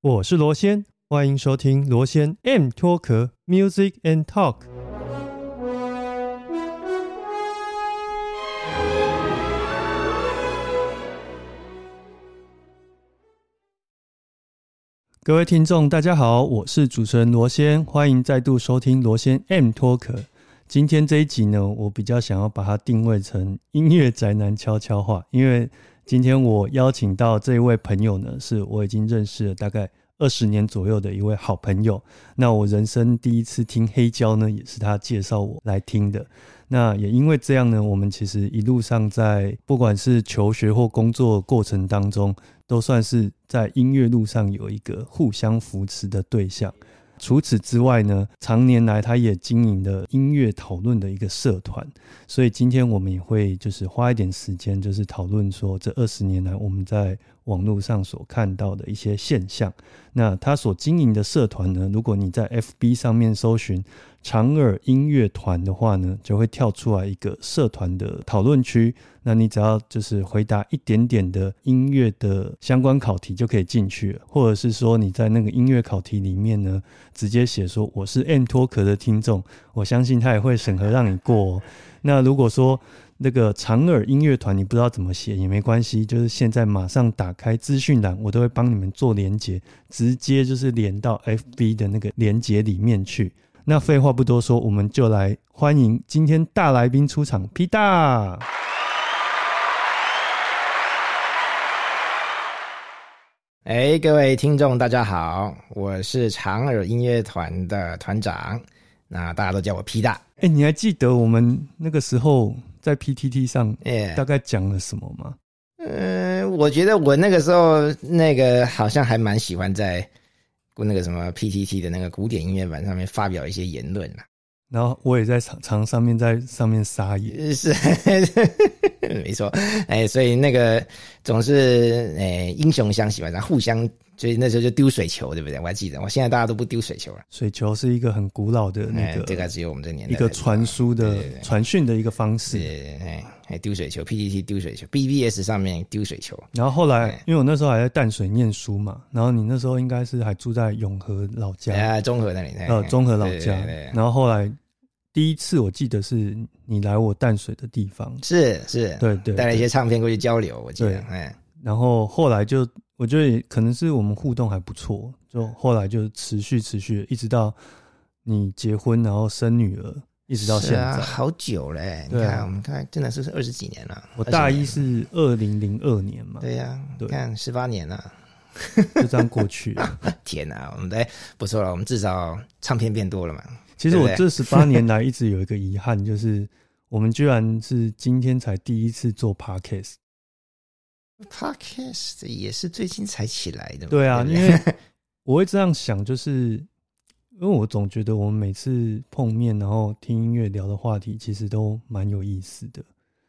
我是罗先，欢迎收听罗先 M 脱壳 Music and Talk。各位听众，大家好，我是主持人罗先，欢迎再度收听罗先 M 脱壳。今天这一集呢，我比较想要把它定位成音乐宅男悄悄话，因为今天我邀请到这一位朋友呢，是我已经认识了大概二十年左右的一位好朋友。那我人生第一次听黑胶呢，也是他介绍我来听的。那也因为这样呢，我们其实一路上在不管是求学或工作过程当中，都算是在音乐路上有一个互相扶持的对象。除此之外呢，常年来他也经营了音乐讨论的一个社团，所以今天我们也会就是花一点时间，就是讨论说这二十年来我们在网络上所看到的一些现象。那他所经营的社团呢，如果你在 FB 上面搜寻长耳音乐团的话呢，就会跳出来一个社团的讨论区。那你只要就是回答一点点的音乐的相关考题就可以进去了，或者是说你在那个音乐考题里面呢，直接写说我是 M 脱壳的听众，我相信他也会审核让你过、哦。那如果说那个长耳音乐团你不知道怎么写也没关系，就是现在马上打开资讯栏，我都会帮你们做连接，直接就是连到 FB 的那个连接里面去。那废话不多说，我们就来欢迎今天大来宾出场，皮大。哎，各位听众，大家好，我是长耳音乐团的团长，那大家都叫我 P 大。哎、你还记得我们那个时候在 PTT 上哎、大概讲了什么吗？嗯、我觉得我那个时候那个好像还蛮喜欢在那个什么 PTT 的那个古典音乐版上面发表一些言论啊啦。然后我也在场场上面在上面撒野，呃 是，没错，哎，所以那个总是哎英雄相喜嘛，然后互相，所以那时候就丢水球，对不对？我还记得，我现在大家都不丢水球了，水球是一个很古老的那哎，个、这个只有我们这年代一个才知道传输的对对对传讯的一个方式。是，哎，还丢水球，PPT 丢水球，BBS 上面丢水球，然后后来对，因为我那时候还在淡水念书嘛，然后你那时候应该是还住在永和老家，啊，综合那里，哎呃，综合老对家。对对然后后来第一次我记得是你来我淡水的地方，是是，对对带了对一些唱片过去交流，我记对得，哎，然后后来就我觉得也可能是我们互动还不错，就后来就持续持续，一直到你结婚，然后生女儿，一直到现是啊，在。好久嘞，你对啊看我们看，真的是二十几年了，我大一20年是二零零二年嘛了，，对呀，对你看十八年了，就这样过去了。天哪，我们哎不错了，我们至少唱片变多了嘛，其实我对不这十八年来一直有一个遗憾，就是我们居然是今天才第一次做 podcast。 Podcast 也是最近才起来的嘛，对啊，不因 为我会这样想，就是因为我总觉得我们每次碰面，然后听音乐聊的话题，其实都蛮有意思的。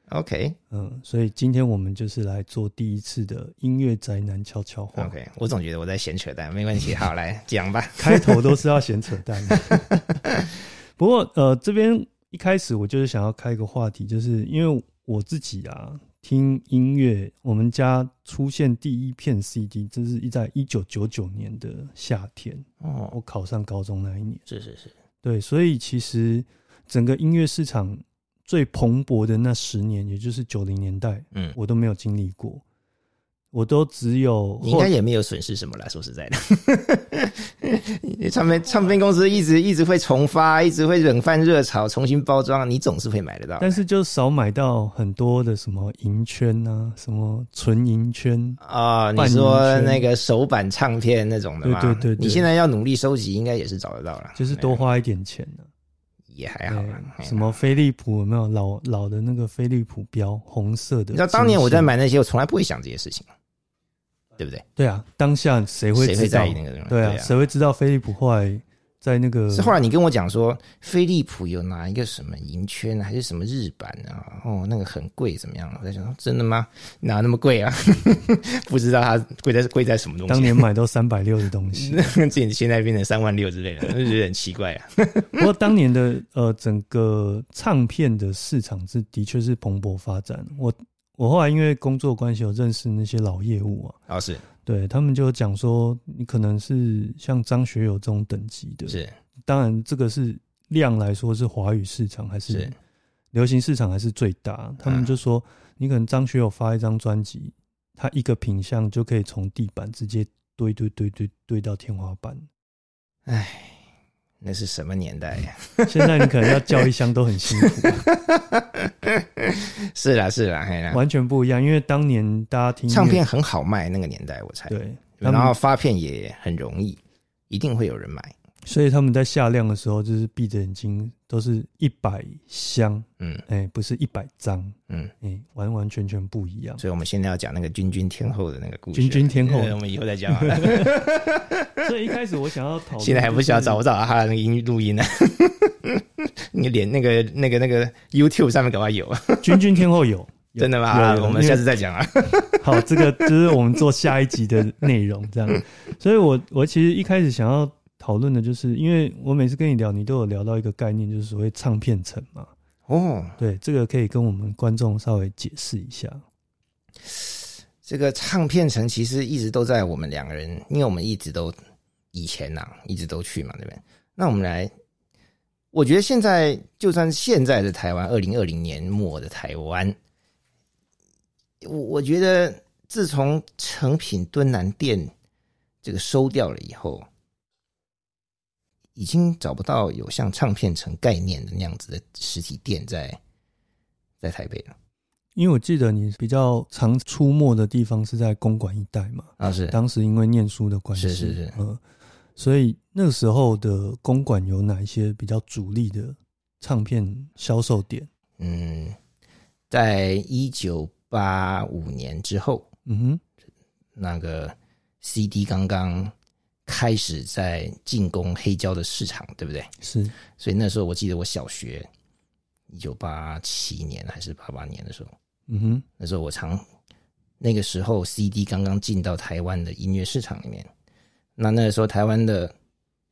OK 嗯，所以今天我们就是来做第一次的音乐宅男悄悄话， OK，我总觉得我在闲扯淡，没关系，好来讲吧，开头都是要闲扯 淡 的。不过呃，这边一开始我就是想要开一个话题，就是因为我自己啊听音乐，我们家出现第一片 CD，这是在一九九九年的夏天，哦，我考上高中那一年。是是是。对，所以其实整个音乐市场最蓬勃的那十年，也就是九零年代，嗯，我都没有经历过，我都只有你应该后也没有损失什么啦，说实在的， 唱哦片唱片公司一直一直会重发，一直会冷饭热炒，重新包装，你总是会买得到的。但是就少买到很多的什么银圈啊，什么纯银圈，啊、半年你说前那个手板唱片那种的嘛，对对对对你现在要努力收集，应该也是找得到了，就是多花一点钱呢、也还好啦。对哎什么飞利浦有没有老老的那个飞利浦标红色的？你知道当年我在，买那些，我从来不会想这些事情，对不对？对啊，当下谁会谁知会道在意？那个东西？对啊，啊，谁会知道飞利浦后来在那个是后来你跟我讲说，飞利浦有拿一个什么银圈还是什么日版啊？哦，那个很贵，怎么样？我在想说，真的吗？哪那么贵啊？ 不知道它贵在贵在什么东西。当年买到三百六的东西？ 自己现在变成三万六之类的，就觉得很奇怪啊。 不过当年的呃整个唱片的市场是的确是蓬勃发展。我我后来因为工作关系，有认识那些老业务啊，哦，是对他们就讲说，你可能是像张学友这种等级的，是当然这个是量来说是华语市场还是是流行市场还是最大。他们就说，你可能张学友发一张专辑，他一个品相就可以从地板直接堆堆堆堆堆到天花板。那是什么年代 呀、现在你可能要叫一箱都很辛苦，是啦是啦，嘿啦，完全不一样。因为当年大家听音乐哎唱片很好卖，那个年代我猜，对，他然们后发片也很容易，一定会有人买。所以他们在下量的时候，就是闭着眼睛都是一百箱，嗯哎、不是一百张，嗯，哎、完完全全不一 样。所以我们现在要讲那个君君天后的那个故事。君君天后对 我们以后 再讲好了。所以一开始我想要讨论，现在还不需要找不，找到他的那个音录音呢、 你连那个那个那个 YouTube 上面搞不好有，君君天 后有，有真的吗？有啊有有我们因为下次再 讲啊。好，这个就是我们做下一集的内容，这嗯样。所以我我其实一开始想要讨论的就是，因为我每次跟你聊，你都有聊到一个概念，就是所谓唱片城嘛。哦，对，这个可以跟我们观众稍微解释一下。这个唱片城其实一直都在我们两个人，因为我们一直都以前呐、啊一直都去嘛，对不对？那我们来，我觉得现在就算现在的台湾，二零二零年末的台湾，我我觉得自从成品敦南店这个收掉了以后，已经找不到有像唱片城概念的那样子的实体店在在台北了因为我记得你比较常出没的地方是在公馆一带嘛，啊，是当时因为念书的关系，是是是嗯，所以那时候的公馆有哪一些比较主力的唱片销售点？嗯，在一九八五年之后，嗯哼，那个 CD 刚刚开始在进攻黑胶的市场，对不对？是所以那时候我记得我小学，一九八七年还是八八年的时候，嗯哼，那时候我常那个时候 CD 刚刚进到台湾的音乐市场里面，那那个时候台湾的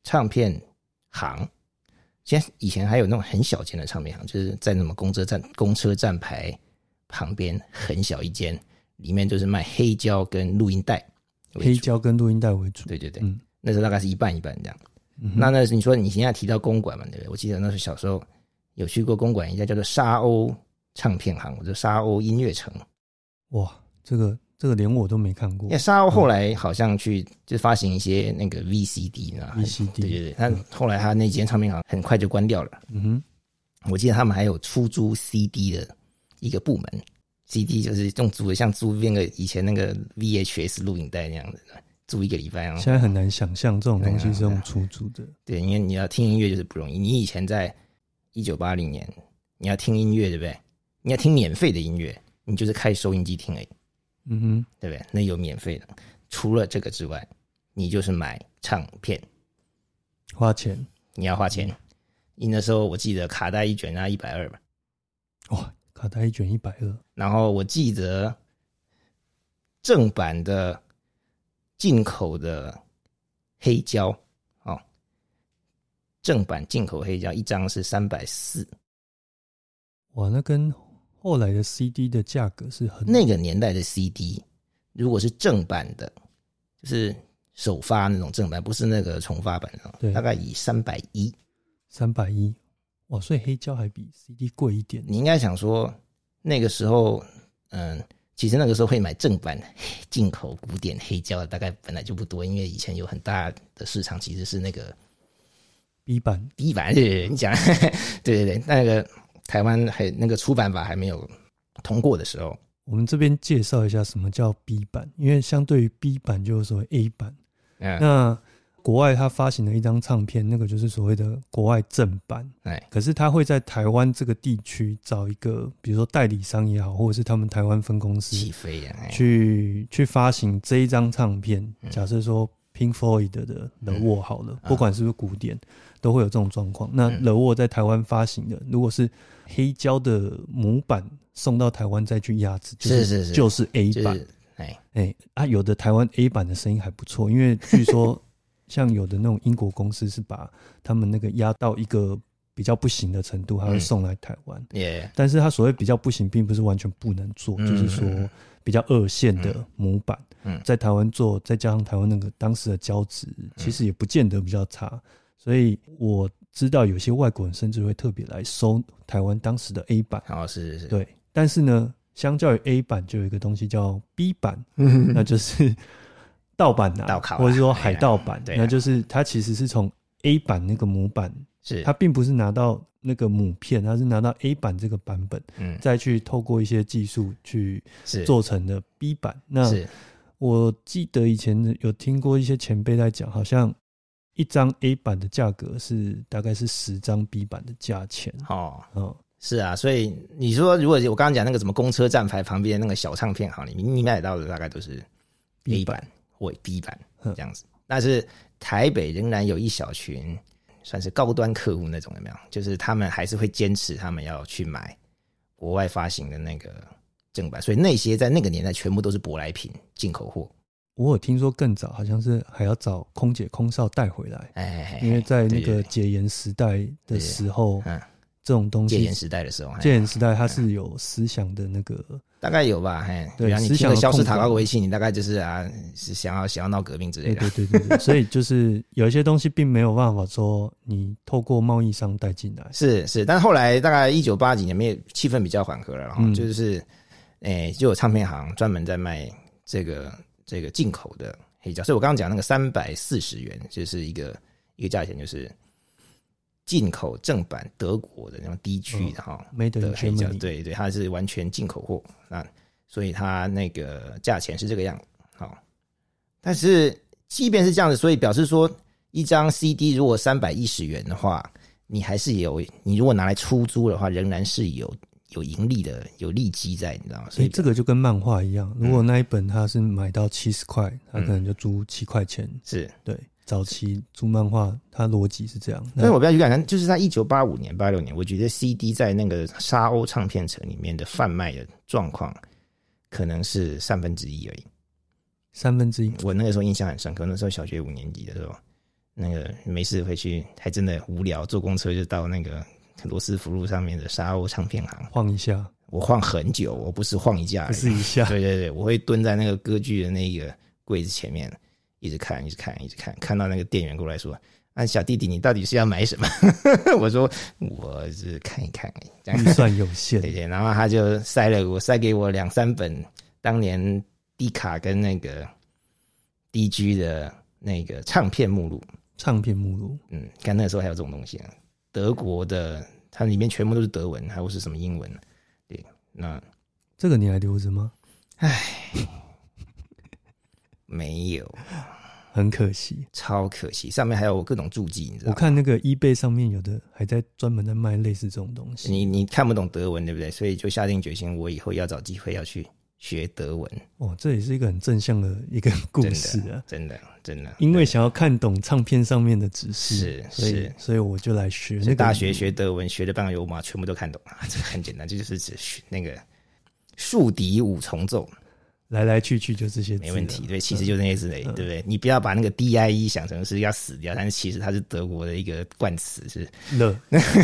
唱片行，现在以前还有那种很小间的唱片行，就是在那么公车站公车站牌旁边很小一间，里面就是卖黑胶跟录音带为黑主。胶跟录音带为主。对对对，嗯那时候大概是一半一半这样。嗯哼那那是你说你现在提到公馆嘛，对不对？我记得那时候小时候有去过公馆一家叫做沙鸥唱片行，或者沙鸥音乐城。哇，这个这个连我都没看过因为沙嗯鸥后来好像去就发行一些那个 VCD 呢，对对，VCD，对，但后来他那间唱片行很快就关掉了。嗯哼，我记得他们还有出租 CD 的一个部门，CD 就是用租的，像租那个以前那个 VHS 录影带那样子的，租一个礼拜啊。现在很难想象这种东西是对用啊出租的，对，因为你要听音乐就是不容易。你以前在一九八零年，你要听音乐对不对？你要听免费的音乐，你就是开收音机听而已。嗯哼，对不对？那有免费的，除了这个之外，你就是买唱片，花钱你要花钱。你那时候我记得卡带一卷啊一百二吧，哇，卡带一卷一百二，然后我记得正版的进口的黑胶哦，正版进口黑胶一张是三百四，哇，那跟后来的 CD 的价格是很那个年代的 CD 如果是正版的，就是首发那种正版，不是那个重发版那对种，大概以三百一。三百一，哇，所以黑胶还比 CD 贵一点。你应该想说，那个时候，嗯，其实那个时候会买正版进口古典黑胶的，大概本来就不多，因为以前有很大的市场其实是那个 B 版低版，对对对，你讲，对对对，那个台湾还那个出版法还没有通过的时候，我们这边介绍一下什么叫 B 版，因为相对于 B 版就是所谓 A 版。嗯，那国外它发行的一张唱片，那个就是所谓的国外正版。哎，可是它会在台湾这个地区找一个，比如说代理商也好，或者是他们台湾分公司起飞呀、哎去去发行这一张唱片。嗯假设说 Pink Floyd 的的嗯 The Wall 好了，啊不管是不是古典，都会有这种状况。那嗯 The Wall 在台湾发行的，如果是黑胶的模板送到台湾再去压制，就是是是就是 A 就版。是哎，哎、啊，有的台湾 A 版的声音还不错， 因为据说像有的那种英国公司是把他们那个压到一个比较不行的程度，嗯他会送来台湾。也但是他所谓比较不行，并不是完全不能做，嗯就是说比较二线的模板，嗯在台湾做，再加上台湾那个当时的交值，其实也不见得比较差。所以我知道有些外国人甚至会特别来收台湾当时的 A 版，好是是是，对。但是呢，相较于 A 版，就有一个东西叫 B 版，那就是盗版啊，嗯盗拷啊或者是说海盗版，对啊对啊那就是它其实是从 A 版那个模板，是它并不是拿到那个母片，它是拿到 A 版这个版本。嗯再去透过一些技术去是做成的 B 版。那是我记得以前有听过一些前辈在讲，好像一张 A 版的价格是大概是十张 B 版的价钱哦。哦。是啊，所以你说，如果我刚刚讲那个什么公车站牌旁边那个小唱片行里面，你买到的大概都是 B A 版版或 B 版嗯这样子。但是台北仍然有一小群算是高端客户那种，有没有？就是他们还是会坚持他们要去买国外发行的那个正版，所以那些在那个年代全部都是舶来品进口货。我有听说更早，好像是还要找空姐空少带回来，哎，因为在对那对个解严时代的时候，嗯，这种东戒西严。时代的啊时候，戒嘿严时代，它是有思想的那个，大概有吧？嘿，对然后思你想 听了的肖斯控塔管高维奇，你大 概就是啊，是想要想要闹革命之对类的。哎对对对对，所以就是有一些东西并没有办法说你透过贸易商带进来，啊是是，但后来大概一九八几年，面气氛比较缓和了，然后、嗯就是，诶、就有唱片行专门在卖这个这个进口的黑胶，所以我刚刚讲那个三百四十元，就是一个一个价钱，就是进口正版德国的那种低区嗯的哈、 Made in 的黑胶， Germany，对对，它是完全进口货，那所以它那个价钱是这个样子，好，但是即便是这样子，所以表示说一张 CD 如果三百一十元的话，你还是有，你如果拿来出租的话，仍然是有有盈利的，有利基在，你知道吗？所所以以这个就跟漫画一样，如果那一本他是买到七十块，他嗯可能就租七块钱。是，对，早期租漫画，它逻辑是这样。但是那嗯我比较有感，就是在一九八五年、八六年，我觉得 CD 在那个沙欧唱片城里面的贩卖的状况，可能是三分之一而已。三分之一，我那个时候印象很深刻，那时候小学五年级的时候，那个没事会去，还真的无聊，坐公车就到那个罗斯福路上面的沙欧唱片行，晃一下，我晃很久，我不是晃一下而已，不是一下，对对对，我会蹲在那个歌剧的那个柜子前面，一直看，一直看，一直看，看到那个店员过来说：“啊，小弟弟，你到底是要买什么？” 我说：“我是看一看而已。”这预样算有对哎限。对，然后他就塞了我塞给我两三本当年迪卡跟那个 DG 的那个唱片目录，唱片目录，嗯，看那个时候还有这种东西啊，德国的，它里面全部都是德文，还有是什么英文，对，那这个你还留着吗？没有。很可惜，超可惜，上面还有各种注记，你知道我吗？看那个 eBay 上面有的还在专门在卖类似这种东西。你你看不懂德文，对不对？所以就下定决心，我以后要找机会要去学德文，哦，这也是一个很正向的一个故事啊。真的真的。因为想要看懂唱片上面的指是示，所以是所以我就来学那那个大学学德文，学了半个月，我妈全部都看懂了，这个很简单，这就是指学那个竖笛五重奏，来来去去就这些字了，没问题。对，嗯其实就那些之类，对不对？你不要把那个 D I E 想成是要死掉，但是其实它是德国的一个冠词，是乐。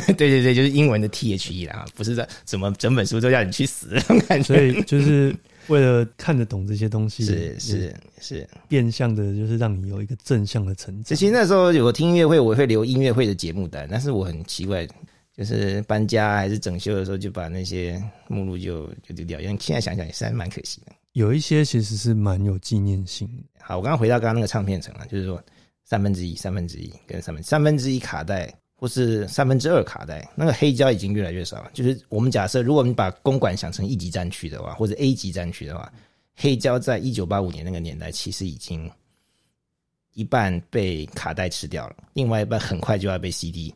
对对对，就是英文的 T H E 啦，不是在怎么整本书都要你去死那种感觉。所以就是为了看得懂这些东西， 是是是，变相的，就是让你有一个正向的成其长。实那时候有听音乐会，我会留音乐会的节目单，但是我很奇怪，就是搬家还是整修的时候，就把那些目录就就丢掉。因为现在想想也是还蛮可惜的。有一些其实是蛮有纪念性的，好，我刚刚回到刚刚那个唱片城啊，就是说三分之一、三分之一跟三分三分之一卡带，或是三分之二卡带，那个黑胶已经越来越少了。就是我们假设，如果我们把公馆想成一级战区的话，或者 A 级战区的话，黑胶在一九八五年那个年代其实已经一半被卡带吃掉了，另外一半很快就要被 CD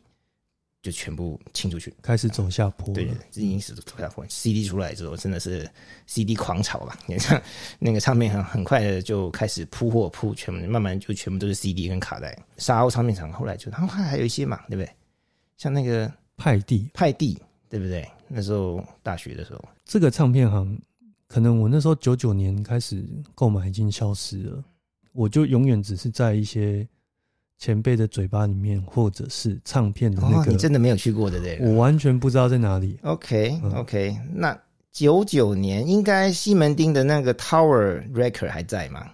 就全部清出去。开始走下坡对了。，这已经是脱下婚。CD 出来之后，真的是 CD 狂潮吧？ 你看那个唱片很很快的就开始铺货铺，全部慢慢就全部都是 CD 跟卡带。沙欧唱片厂后来就，然后还有一些嘛，对不对？像那个派地派蒂，对不对？那时候大学的时候，这个唱片行，可能我那时候九九年开始购买已经消失了，我就永远只是在一些前辈的嘴巴里面，或者是唱片的那哦，你个，真的没有去过的对不对我完全不知道在哪里。 ？OK 嗯 OK，那九九年应该西门町的那个 Tower Record 还在吗？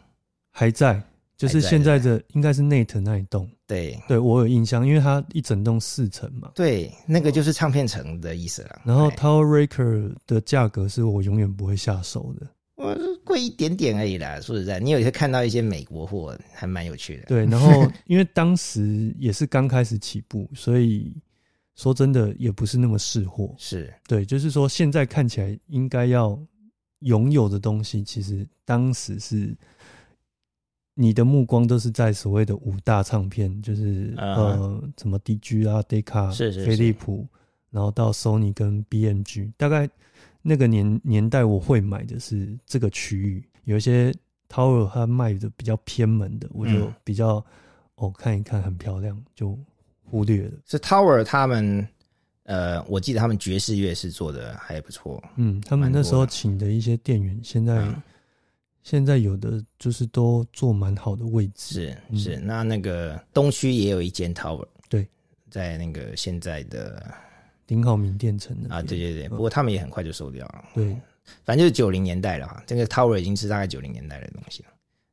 还在，就是还在现在的应该是 Net 那一栋，对对我有印象，因为它一整栋四层嘛。对，那个就是唱片城的意思啦。然后哎 Tower Raker 的价格是我永远不会下手的，我是贵一点点而已啦。说实在，你有些看到一些美国货，还蛮有趣的。对。然后因为当时也是刚开始起步，所以说真的也不是那么识货。是对，就是说现在看起来应该要拥有的东西，其实当时是你的目光都是在所谓的五大唱片，就是、啊呃什么 DG 啊、Decca、是是飞利浦，然后到 Sony 跟 BMG，大概那个年年代我会买的是这个区域，有一些 Tower 它卖的比较偏门的，我就嗯比较、哦看一看很漂亮就忽略了，是 Tower 他们，呃，我记得他们爵士乐是做的还不错。嗯，他们蛮那多时候的请的一些店员现在。嗯，现在有的就是都坐蛮好的位置，是嗯是。那那个东区也有一间 Tower，对，在那个现在的顶好名店城那啊，对边对对，不过他们也很快就收掉了。对，反正就是九零年代了哈，这个 Tower 已经是大概九零年代的东西了。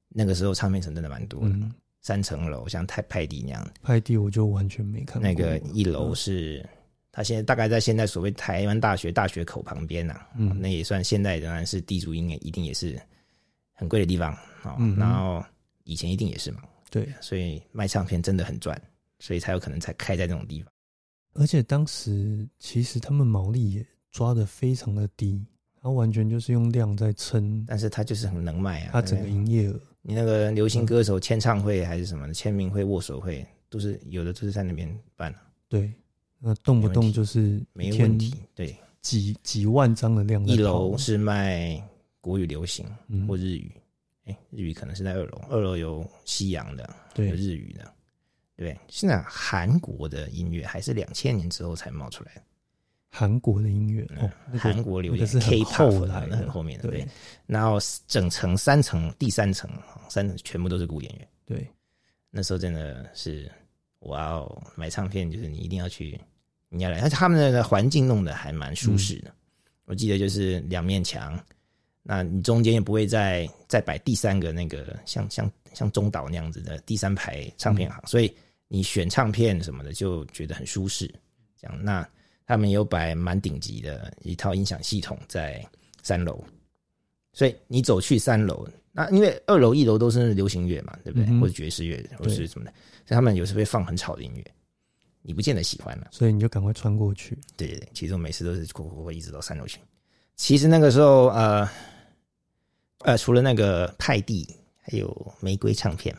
那个时候唱片城真的蛮多的，嗯，三层楼像泰派迪那样，派地我就完全没看过。那个一楼是，嗯它现在大概在现在所谓台湾大学大学口旁边啊呐、嗯那也算现在仍然是地主应该一定也是很贵的地方哦。嗯然后以前一定也是嘛，对，所以卖唱片真的很赚，所以才有可能才开在这种地方。而且当时其实他们毛利也抓的非常的低，他完全就是用量在撑但是它就是很能卖啊，他整个对不对营业额。你那个流行歌手签唱会还是什么的签名会、握手会，都是有的都是在那边办的、对，那动不动就是没一有天问题。对，几几万张的量在一跑楼是卖国语流行嗯或日语，哎、日语可能是在二楼，二楼有西洋的，有对日语的，对。现在韩国的音乐还是两千年之后才冒出来的，韩国的音乐哦，那嗯韩、个国流那个行是很 K-pop 后的来那很的后面的，对对。然后整层三层，第三层三层全部都是古典乐，对，那时候真的是哇哦，买唱片就是你一定要去，你要来，但是他们那个环境弄得还蛮舒适嗯的。我记得就是两面墙，那你中间也不会再再摆第三个那个像像像中岛那样子的第三排唱片嗯行，所以你选唱片什么的就觉得很舒适。这样，那他们有摆蛮顶级的一套音响系统在三楼，所以你走去三楼，那因为二楼、一楼都是流行乐嘛，对不对？嗯哼或者爵士乐或者是什么的，所以他们有时会放很吵的音乐，你不见得喜欢了、啊所以你就赶快穿过去。对对对，其实我每次都是过过过一直到三楼去。其实那个时候，呃呃，除了那个派地，还有玫瑰唱片，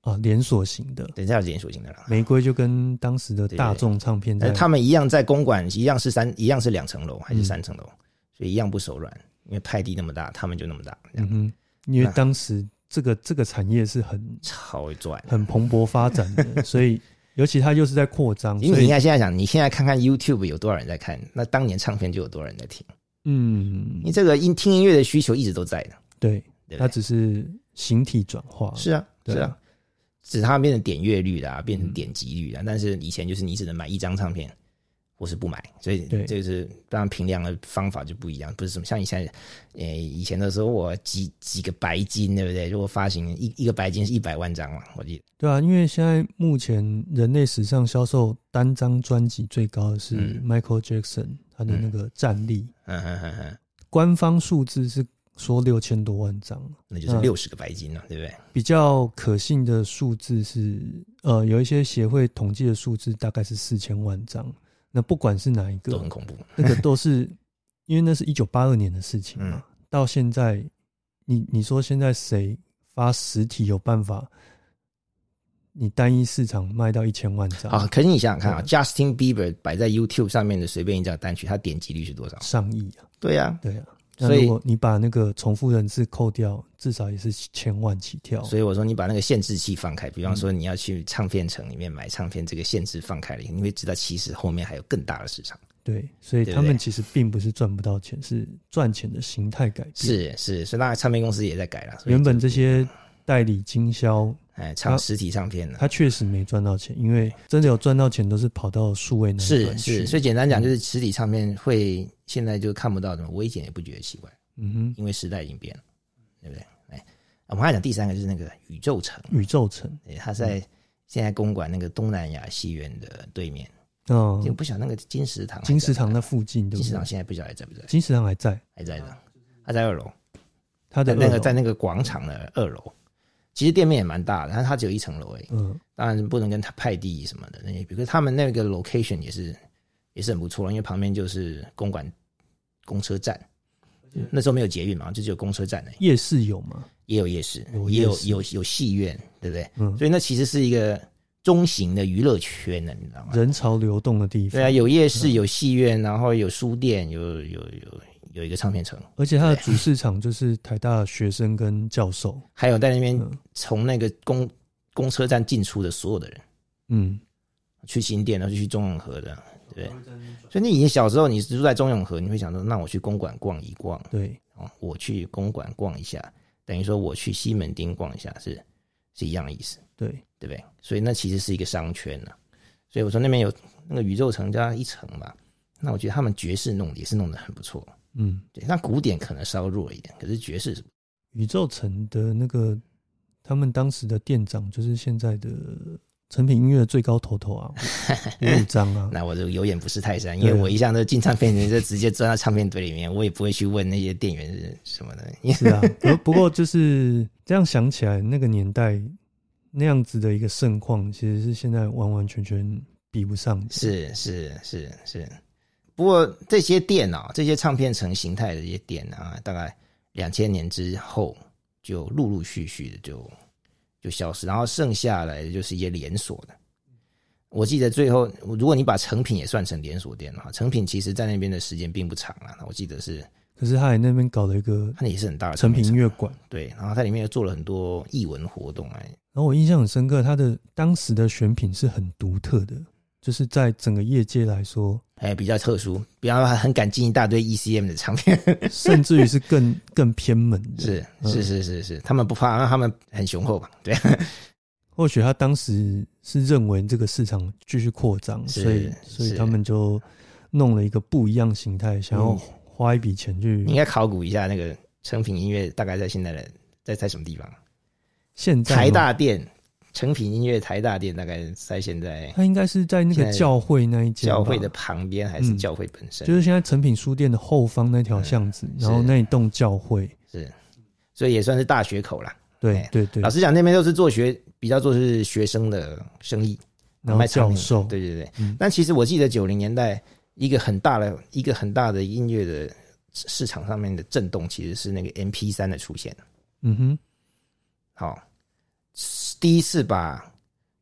啊，连锁型的等一下有连锁性的了。玫瑰就跟当时的大众唱片在但啊哎是他们一样在公馆，一样是三，一样是两层楼还是三层楼，嗯所以一样不手软，因为派地那么大，他们就那么大，嗯这样哼，因为当时这啊个这个产业是很超赚。很蓬勃发展 的，所以尤其它又是在扩张，因为所你应以该现在想，你现在看看 YouTube 有多少人在看，那当年唱片就有多少人在听，因为嗯，这个音听音乐的需求一直都在的，对，对不它对？只是形体转化，是啊，对是啊啊，只是它变成点阅率啦，变成点击率啦。但是以前就是你只能买一张唱片，或是不买，所以对这就是当然评量的方法就不一样，不是什么像以前，呃，以前的时候我几几个白金，对不对？如果发行一一个白金是一百万张嘛，我记得，对啊，因为现在目前人类史上销售单张专辑最高的是嗯 Michael Jackson，他的那个战力，嗯哼哼哼，官方数字是说六千多万张， 那就是嗯六十个白金了，对不对？比较可信的数字是，呃，有一些协会统计的数字大概是四千万张。那不管是哪一都个很，恐怖， 那个都是因为那是一九八二年的事嗯情嘛。到现在，你你说现在谁发实体有办法？你单一市场卖到一千万张啊，可是你想想看啊对，Justin Bieber 摆在 YouTube 上面的随便一张单曲，它点击率是多少？上亿啊，对呀、对啊。那所以如果你把那个重复人次扣掉，至少也是千万起跳。所以我说你把那个限制器嗯放开，比方说你要去唱片城里面买唱片，这个限制放开了，你会知道其实后面还有更大的市场。对，所以对不他们对其实并不是赚不到钱，是赚钱的形态改变。是是，所以当然唱片公司也在改了。所以原本这些代理经销哎，唱实体唱片的。他确实没赚到钱，因为真的有赚到钱都是跑到数位那一是端去。是，所以简单讲就是实体唱片会现在就看不到的嘛，我一点也不觉得奇怪，嗯因为时代已经变了，对不对？哎，我们还讲第三个就是那个宇宙城，哼，宇宙城哎它在现在公馆那个东南亚戏院的对面，哦就，不晓得那个金石堂还在不在，金石堂那附近对金不石堂对？现在不晓得还在不在，金石堂还在，还在的，它在二楼，他在的那二个楼在那个广场的二楼，其实店面也蛮大的，但它只有一层楼而已，嗯当然不能跟他派地什么的那些比，可是他们那个 location 也是也是很不错，因为旁边就是公馆公车站，那时候没有捷运嘛，就只有公车站而已，夜市有吗？也有夜市，有也夜有市有有戏院，对不对？嗯，所以那其实是一个中型的娱乐圈啊呢，你知道吗？人嗯潮流动的地方。对啊，有夜市，有戏院，然后有书店，有有有有一个唱片城，而且它的主市场就是台大学生跟教授。还有在那边嗯从那个公公车站进出的所有的人，嗯，去新店，然后就去中永和的，对不对。所以你以前小时候你住在中永和，你会想说，那我去公馆逛一逛对，哦，我去公馆逛一下，等于说我去西门町逛一下，是是一样的意思，对，对不对？所以那其实是一个商圈呢、所以我说那边有那个宇宙城加一层嘛，那我觉得他们爵士弄的也是弄得很不错，嗯，对，那古典可能稍弱一点，可是爵士是宇宙城的那个他们当时的店长就是现在的成品音乐最高头头 啊，吴五章啊，那我就有眼不识泰山，因对啊为我一向都进唱片店就直接钻到唱片堆里面，我也不会去问那些店员是什么的，因为是啊。不不过就是这样想起来，那个年代那样子的一个盛况，其实是现在完完全全比不上的。是是是是。不过这些店啊，这些唱片城形态的这些店啊，大概两千年之后就陆陆续续的就就消失，然后剩下来的就是一些连锁的。我记得最后，如果你把成品也算成连锁店的话，成品其实在那边的时间并不长啊。我记得是可是他也那边搞了一个它也是很大的成品片音乐馆。对，然后它里面又做了很多艺文活动哎，然后我印象很深刻，他的当时的选品是很独特的，就是在整个业界来说，哎，比较特殊，比方说很敢进一大堆 ECM 的唱片，甚至于是更更偏门的。是嗯是是是是，他们不怕，啊因为他们很雄厚吧？ 对，或许他当时是认为这个市场继续扩张，是所以所以是他们就弄了一个不一样形态，想要花一笔钱去嗯你应。该考古一下那个成品音乐大概在现在的在在什么地方？现在吗台，大店，成品音乐台大店大概在现在他应该是在那现个在教会那一间吧，教会的旁边还是嗯教会本身？就是现在成品书店的后方那条巷子，然后嗯是那一栋教会。所以也算是大学口啦。对哎对对老，实讲，那边都是做学比较做是学生的生意，然后卖唱教片授，对对对。嗯但其实我记得九零年代一个很大的一个很大的音乐的市场上面的震动，其实是那个 M P 三的出现。嗯哼，好、第一次把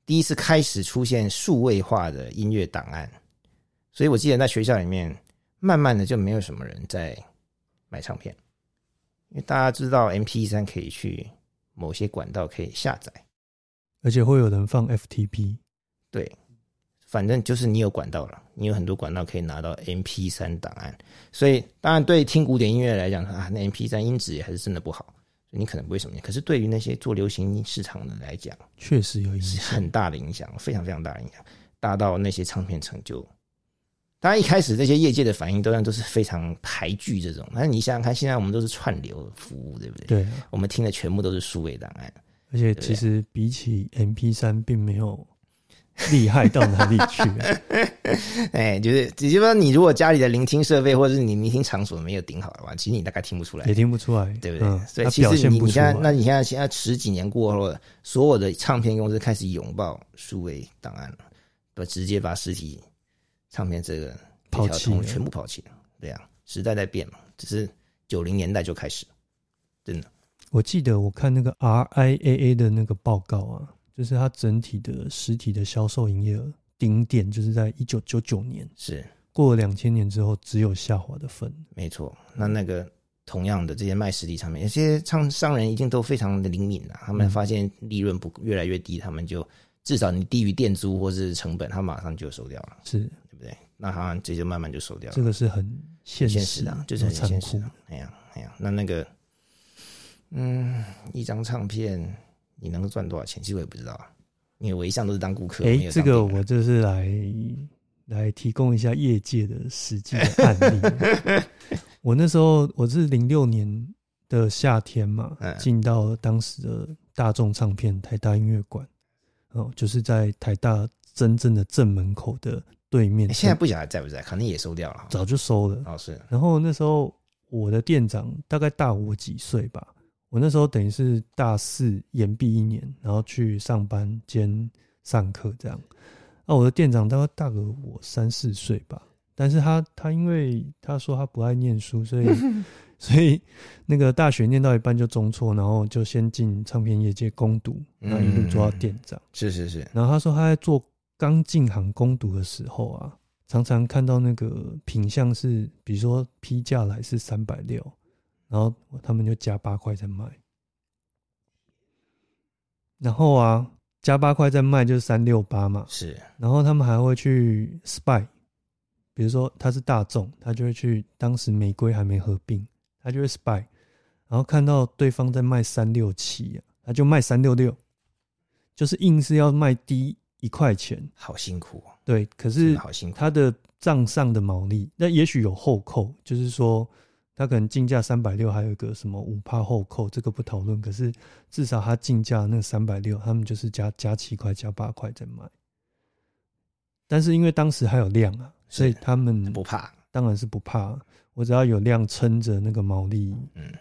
第一次开始出现数位化的音乐档案，所以我记得在学校里面，慢慢的就没有什么人在买唱片，因为大家知道 M P 三可以去某些管道可以下载，而且会有人放 FTP。对，反正就是你有管道了，你有很多管道可以拿到 MP 三档案，所以当然对听古典音乐来讲啊，那 MP 三音质也还是真的不好，所以你可能不会什么。可是对于那些做流行市场的来讲，确实有影是响。很大的影响，非常非常大的影响，大到那些唱片城就。当然，一开始这些业界的反应当然都是非常排拒这种。但你想想看，现在我们都是串流服务，对不对？对啊，我们听的全部都是数位档案，而且啊其实比起 MP 三，并没有厉害到哪里去、啊。哎，就是只是说你如果家里的聆听设备或者是你聆听场所没有顶好的话，其实你大概听不出来也，听不出来，对不对？嗯，所以他其表实现你不你出现在来，。那你现在现在十几年过后了，所有的唱片公司开始拥抱数位档案了，不直接把实体唱片这个这抛条弃通了全部抛弃了。对啊，时代在变嘛，只是九零年代就开始了，真的我记得我看那个 RIAA 的那个报告啊，就是它整体的实体的销售营业额顶点，就是在一九九九年，是过了两千年之后，只有下滑的份。没错。那那个同样的，这些卖实体唱片，有些唱商人一定都非常的灵敏啊，他们嗯发现利润不越来越低，他们就至少你低于店租或是成本，他马上就收掉了，是，对不对？那他这就慢慢就收掉了这。个是很现现实实的啊，就是很残现酷实的。哎呀，哎呀，那那个，嗯，一张唱片你能够赚多少钱，其实我也不知道，啊因为我一向都是当顾客。哎、没有这当个店员我就是来来提供一下业界的实际的案 例。我那时候我是零六年的夏天嘛嗯，进到当时的大众唱片台大音乐馆，哦，就是在台大真正的正门口的对面哎，现在不晓得还在不在，可能也收掉了。早就收了。哦，是然后那时候我的店长大概大我几岁吧，我那时候等于是大四延毕一年，然后去上班兼上课这样。啊，我的店长大概大个我三四岁吧，但是他他因为他说他不爱念书，所以所以那个大学念到一半就中辍，然后就先进唱片业界攻读，然后一路做到店长。是是是，然后他说他在做刚进行攻读的时候啊，常常看到那个品相是，比如说批价来是三百六，然后他们就加八块再卖，然后啊加八块再卖就是三六八嘛，是然后他们还会去 spy，比如说他是大众，他就会去当时玫瑰还没合并，他就会 spy，然后看到对方在卖三六七，啊他就卖三六六，就是硬是要卖低一块钱，好辛苦哦，对，可真是的好辛苦。他的账上的毛利，那也许有后扣，就是说他可能进价三百六，还有一个什么五帕后扣，这个不讨论。可是至少他进价那三百六，他们就是加加七块、加八块再卖。但是因为当时还有量啊，是所以他们不怕，当然是不怕。我只要有量撑着那个毛利，嗯，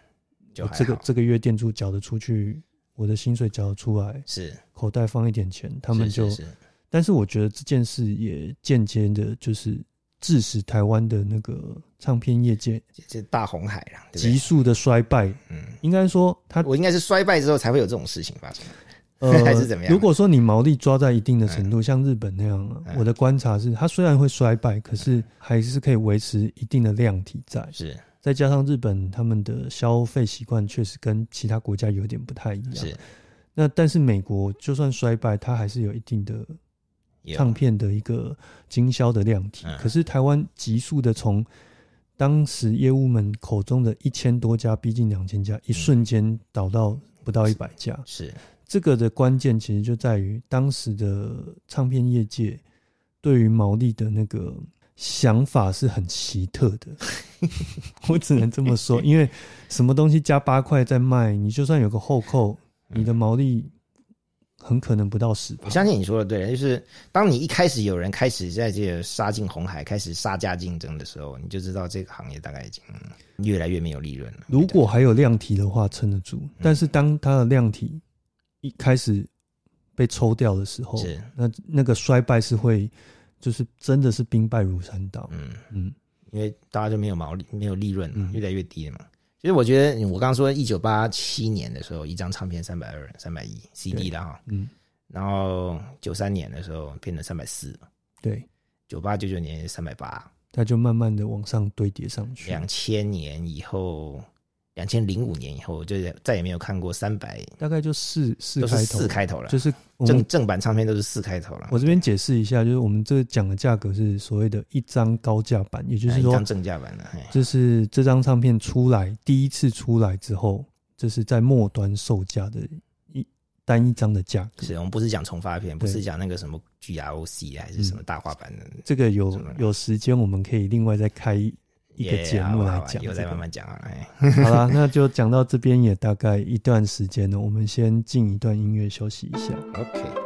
就我还好这个这个月店主缴得出去，我的薪水缴得出来，是口袋放一点钱，他们是就是是但是我觉得这件事也间接的，就是致使台湾的那个唱片业界这这大红海啦，对不急对？速的衰败。嗯，应该说它， 我应该是衰败之后才会有这种事情发生。呃还是怎么样啊如果说你毛利抓在一定的程度，像日本那样啊，嗯我的观察是，它虽然会衰败，可是还是可以维持一定的量体在。是再加上日本他们的消费习惯确实跟其他国家有点不太一样。是，那但是美国就算衰败，它还是有一定的有唱片的一个经销的量体。嗯可是台湾急速的从当时业务们口中的一千多家，逼近两千家，一瞬间倒到不到一百家。是这个的关键其实就在于当时的唱片业界对于毛利的那个想法是很奇特的，我只能这么说，因为什么东西加八块再卖，你就算有个后扣，你的毛利很可能不到十。我相信你说的对，就是当你一开始有人开始在这个杀进红海，开始杀价竞争的时候，你就知道这个行业大概已经嗯越来越没有利润了。如果还有量体的话，撑得嗯住。但是当它的量体一开始被抽掉的时候，是那那个衰败是会，就是真的是兵败如山倒。嗯，嗯，因为大家就没有毛利，没有利润嘛嗯，越来越低了嘛。其实我觉得，我刚刚说一九八七年的时候，一张唱片三百二、三百一 CD 的哈，嗯，然后九三年的时候变成三百四，对，九八九九年三百八，它就慢慢的往上堆叠上去。两千年以后，两千零五年以后，就再也没有看过三百，大概就四四都是开头，四开头了，就是我正们正版唱片都是四开头了。我这边解释一下，就是我们这讲的价格是所谓的一张高价版，也就是哎一说张，正价版的，哎就是这张唱片出来第一次出来之后，这是在末端售价的一单一张的价格。是我们不是讲重发片，不是对嗯讲那个什么 GROC 还是什么大花版的，这个有是的有时间我们可以另外再开一一个也节好目吧来好吧讲、以后这再个慢慢讲啊。哎，好啦，那就讲到这边也大概一段时间了，我们先进一段音乐休息一下。 OK。